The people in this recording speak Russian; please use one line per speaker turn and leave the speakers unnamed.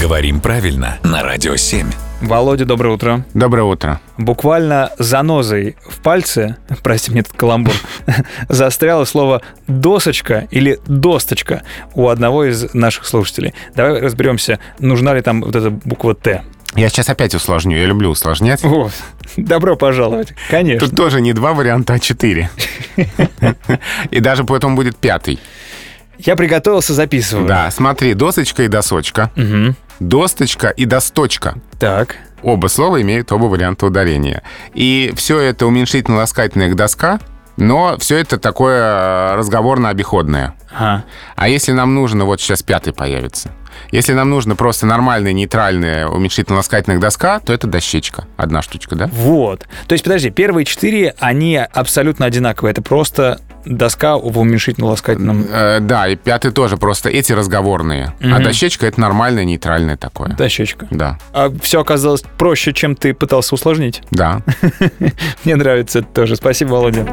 Говорим правильно на Радио 7.
Володя, доброе утро.
Доброе утро.
Буквально занозой в пальце, прости мне этот каламбур, застряло слово «досочка» или «досточка» у одного из наших слушателей. Давай разберемся, нужна ли там вот эта буква «Т».
Я сейчас опять усложню, я люблю усложнять.
О, добро пожаловать. Конечно.
Тут тоже не два варианта, а четыре. И даже потом будет пятый.
Я приготовился, записываю.
Да, смотри, досочка и досочка.
Мгм.
Досточка и досточка.
Так.
Оба слова имеют оба варианта ударения. И все это уменьшительно-ласкательная доска, но все это такое э, разговорно-обиходное.
Ага.
А если нам нужно, вот сейчас пятый появится, если нам нужно просто нормальная, нейтральная уменьшительно-ласкательная доска, то это дощечка. Одна штучка, да?
Вот. То есть, подожди, первые четыре, они абсолютно одинаковые. Это просто доска в уменьшительно-ласкательном...
Э, да, и пятый тоже, просто эти разговорные. А
Мгм.
дощечка — это нормальное, нейтральное такое.
Дощечка.
Да,
А все оказалось проще, чем ты пытался усложнить.
да.
Мне нравится это тоже. Спасибо, Володя.